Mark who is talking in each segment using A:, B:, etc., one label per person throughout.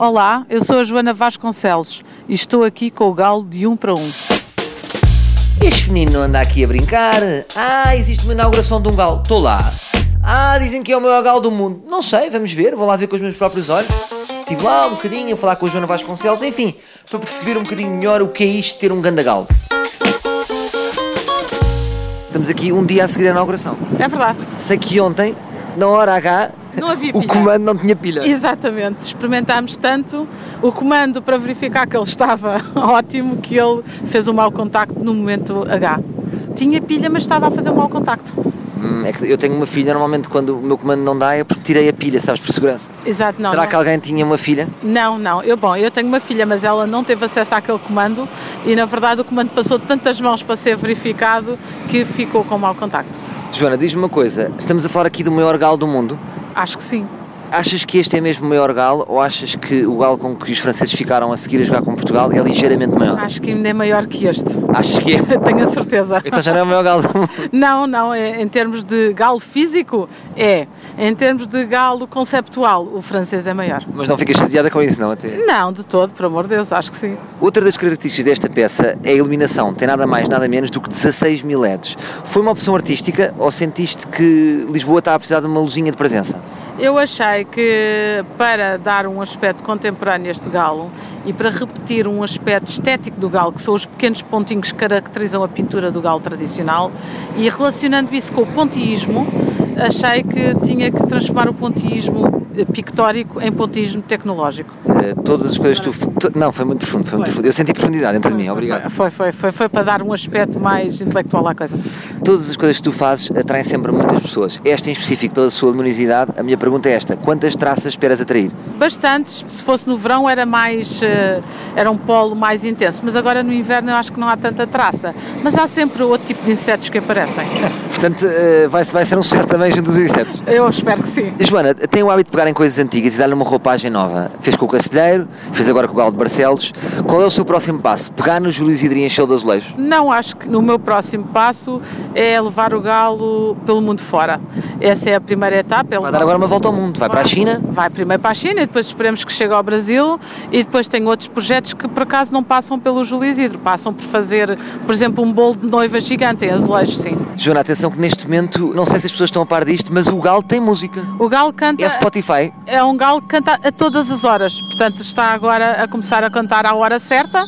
A: Olá, eu sou a Joana Vasconcelos e estou aqui com o Galo de 1 para 1.
B: Este menino anda aqui a brincar. Ah, existe uma inauguração de um galo. Estou lá. Ah, dizem que é o maior galo do mundo. Não sei, vamos ver. Vou lá ver com os meus próprios olhos. Estive lá um bocadinho a falar com a Joana Vasconcelos. Enfim, para perceber um bocadinho melhor o que é isto de ter um ganda galo. Estamos aqui um dia a seguir a inauguração.
A: É verdade,
B: Sei que ontem, na hora H,
A: não havia
B: o
A: pilha.
B: comando não tinha pilha.
A: Exatamente, experimentámos tanto o comando para verificar que ele estava ótimo que ele fez um mau contacto no momento H. Tinha pilha, mas estava a fazer um mau contacto.
B: Hum, é que eu tenho uma filha, normalmente quando o meu comando não dá é porque tirei a pilha, sabes, por segurança.
A: Exato, não.
B: Será
A: não.
B: que alguém tinha uma filha?
A: Não, não. Eu, bom, eu tenho uma filha, mas ela não teve acesso àquele comando e, na verdade, o comando passou de tantas mãos para ser verificado que ficou com mau contacto.
B: Joana, diz-me uma coisa. Estamos a falar aqui do maior galo do mundo.
A: Acho que sim.
B: Achas que este é mesmo o maior galo ou achas que o galo com que os franceses ficaram a seguir a jogar com Portugal é ligeiramente maior?
A: Acho que ainda é maior que este.
B: Achas que é?
A: Tenho a certeza.
B: Então já não é o maior galo do mundo.
A: Não, não. é- em termos de galo físico, é. Em termos de galo conceptual, o francês é maior.
B: Mas não ficas chateada com isso, não, até.
A: Não, de todo, por amor de Deus, acho que sim.
B: Outra das características desta peça é a iluminação. Tem nada mais, nada menos do que 16 mil LEDs. Foi uma opção artística ou sentiste que Lisboa está a precisar de uma luzinha de presença?
A: Eu achei que para dar um aspecto contemporâneo a este galo e para repetir um aspecto estético do galo, que são os pequenos pontinhos que caracterizam a pintura do galo tradicional, e relacionando isso com o pontillismo, achei que tinha que transformar o pontillismo eh, pictórico em pontillismo tecnológico.
B: Eh, todas as coisas que tu. tu- Não, foi muito profundo, foi muito
A: Foi.
B: profundo. Eu senti profundidade entre mim, É, obrigado.
A: Foi, foi, foi, foi para dar um aspecto mais intelectual à coisa.
B: Todas as coisas que tu fazes atraem sempre muitas pessoas. Esta em específico, pela sua luminosidade, a minha pergunta é esta: quantas traças esperas atrair?
A: Bastantes, se fosse no verão era mais, eh, era um polo mais intenso, mas agora no inverno eu acho que não há tanta traça. Mas há sempre outro tipo de insetos que aparecem.
B: Portanto, eh, vai, vai ser um sucesso também junto dos insetos.
A: Eu espero que sim.
B: E, Joana, tem o hábito de pegar em coisas antigas e dar-lhe uma roupagem nova. Fez com o Cacilheiro, fez agora com o Galo de Barcelos. Qual é o seu próximo passo? Pegar no Júlio Isidro e enchê-lo de azulejos?
A: Não acho que no meu próximo passo é levar o galo pelo mundo fora. Essa é a primeira etapa. é
B: Vai
A: levar-
B: dar agora uma volta ao mundo, vai para a China.
A: Vai primeiro para a China e depois esperemos que chegue ao Brasil e depois tem outros projetos que por acaso não passam pelo Júlio Isidro, passam por fazer, por exemplo, um bolo de noiva gigante em azulejos, sim.
B: Joana, atenção que neste momento, não sei se as pessoas estão a par disto, mas o Galo tem música.
A: O galo canta...
B: É Spotify.
A: É um galo que canta a todas as horas, portanto está agora a começar a cantar à hora certa.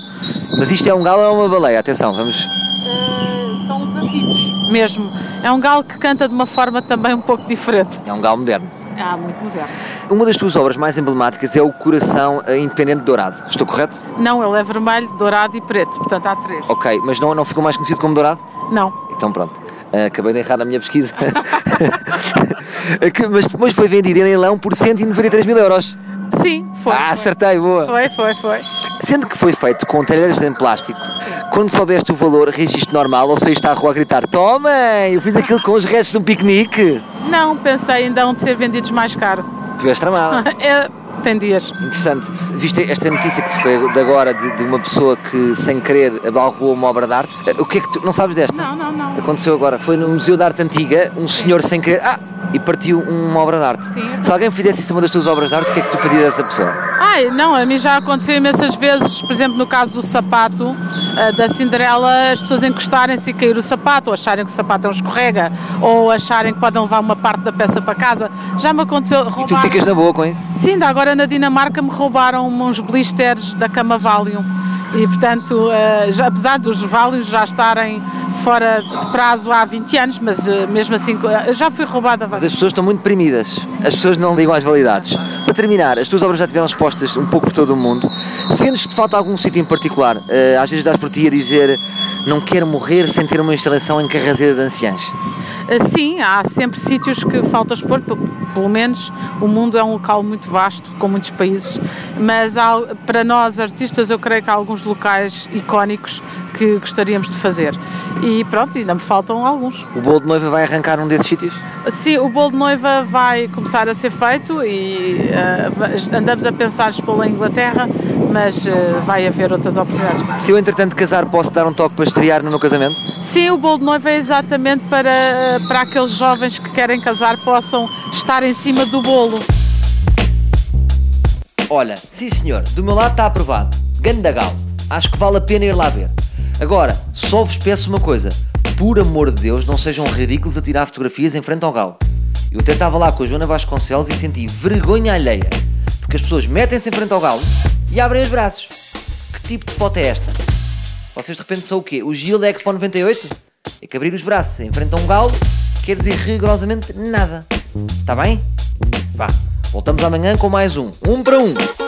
B: Mas isto é um galo ou é uma baleia? Atenção, vamos.
A: Eh, são os apitos. Mesmo. É um galo que canta de uma forma também um pouco diferente.
B: É um galo moderno.
A: Ah, muito moderno.
B: Uma das tuas obras mais emblemáticas é o Coração eh, Independente Dourado. Estou correto?
A: Não, ele é vermelho, dourado e preto, portanto há três.
B: Ok, mas não, não ficou mais conhecido como Dourado?
A: Não.
B: Então pronto, eh, acabei de errar a minha pesquisa. Que- mas depois foi vendido em leilão por 193 mil euros.
A: Sim, foi.
B: ah,
A: foi.
B: acertei, boa.
A: Foi, foi, foi.
B: Sendo que foi feito com telheiras em plástico, quando soubeste o valor, registe normal ou saíste à rua a gritar: Tomem, eu fiz aquilo com os restos de um piquenique.
A: Não, pensei ainda onde ser vendidos mais caro.
B: Tiveste tramada.
A: É, tem dias.
B: Interessante. Viste esta notícia que foi de agora de, de uma pessoa que, sem querer, abalroou uma obra de arte? Eh, O que é que tu. Não sabes desta?
A: Não, não, não.
B: Aconteceu agora, foi no Museu de Arte Antiga, um senhor sem querer, ah, e partiu uma obra de arte.
A: Sim.
B: Se alguém fizesse isso a uma das tuas obras de arte, o que é que tu fazias a essa pessoa?
A: Ai, não, a mim já aconteceu imensas vezes, por exemplo, no caso do sapato ah, da Cinderela, as pessoas encostarem-se e cair o sapato, ou acharem que o sapato é um escorrega, ou acharem que podem levar uma parte da peça para casa. Já me aconteceu
B: E tu
A: roubar.
B: ficas na boa com isso?
A: Sim, ainda agora na Dinamarca me roubaram uns blisters da cama Valium. E, portanto, ah, já- apesar dos Valiums já estarem fora de prazo há 20 anos, mas ah, mesmo assim, ah, já fui roubada
B: Mas as pessoas estão muito deprimidas, as pessoas não ligam às validades. Para terminar, as tuas obras já tiveram expostas um pouco por todo o mundo. Sentes que te falta algum sítio em particular? Eh, às vezes dás por ti a dizer, não quero morrer sem ter uma instalação em Carraseira de Anciãs.
A: Ah, Sim, há sempre sítios que falta expor, pe- pelo menos o mundo é um local muito vasto, com muitos países, mas há, para nós artistas eu creio que há alguns locais icónicos que gostaríamos de fazer. E pronto, ainda me faltam alguns.
B: O bolo de noiva vai arrancar um desses sítios?
A: Sim, o bolo de noiva vai começar a ser feito e ah, va- andamos a pensar expô-lo em Inglaterra, mas ah, vai haver outras oportunidades.
B: Se eu, entretanto, casar, posso dar um toque para estrear no meu casamento?
A: Sim, o bolo de noiva é exatamente para, eh, para aqueles jovens que querem casar possam estar em cima do bolo.
B: Olha, sim senhor, do meu lado está aprovado. Ganda galo. Acho que vale a pena ir lá ver. Agora, só vos peço uma coisa. Por amor de Deus, não sejam ridículos a tirar fotografias em frente ao galo. Eu até estava lá com a Joana Vasconcelos e senti vergonha alheia. Porque as pessoas metem-se em frente ao galo e abrem os braços. Que tipo de foto é esta? Vocês de repente são o quê? O Gil da Expo 98? É que abrir os braços em frente a um galo quer dizer Tá rigorosamente nada. Está bem? Vá, voltamos amanhã com mais um. Um para um.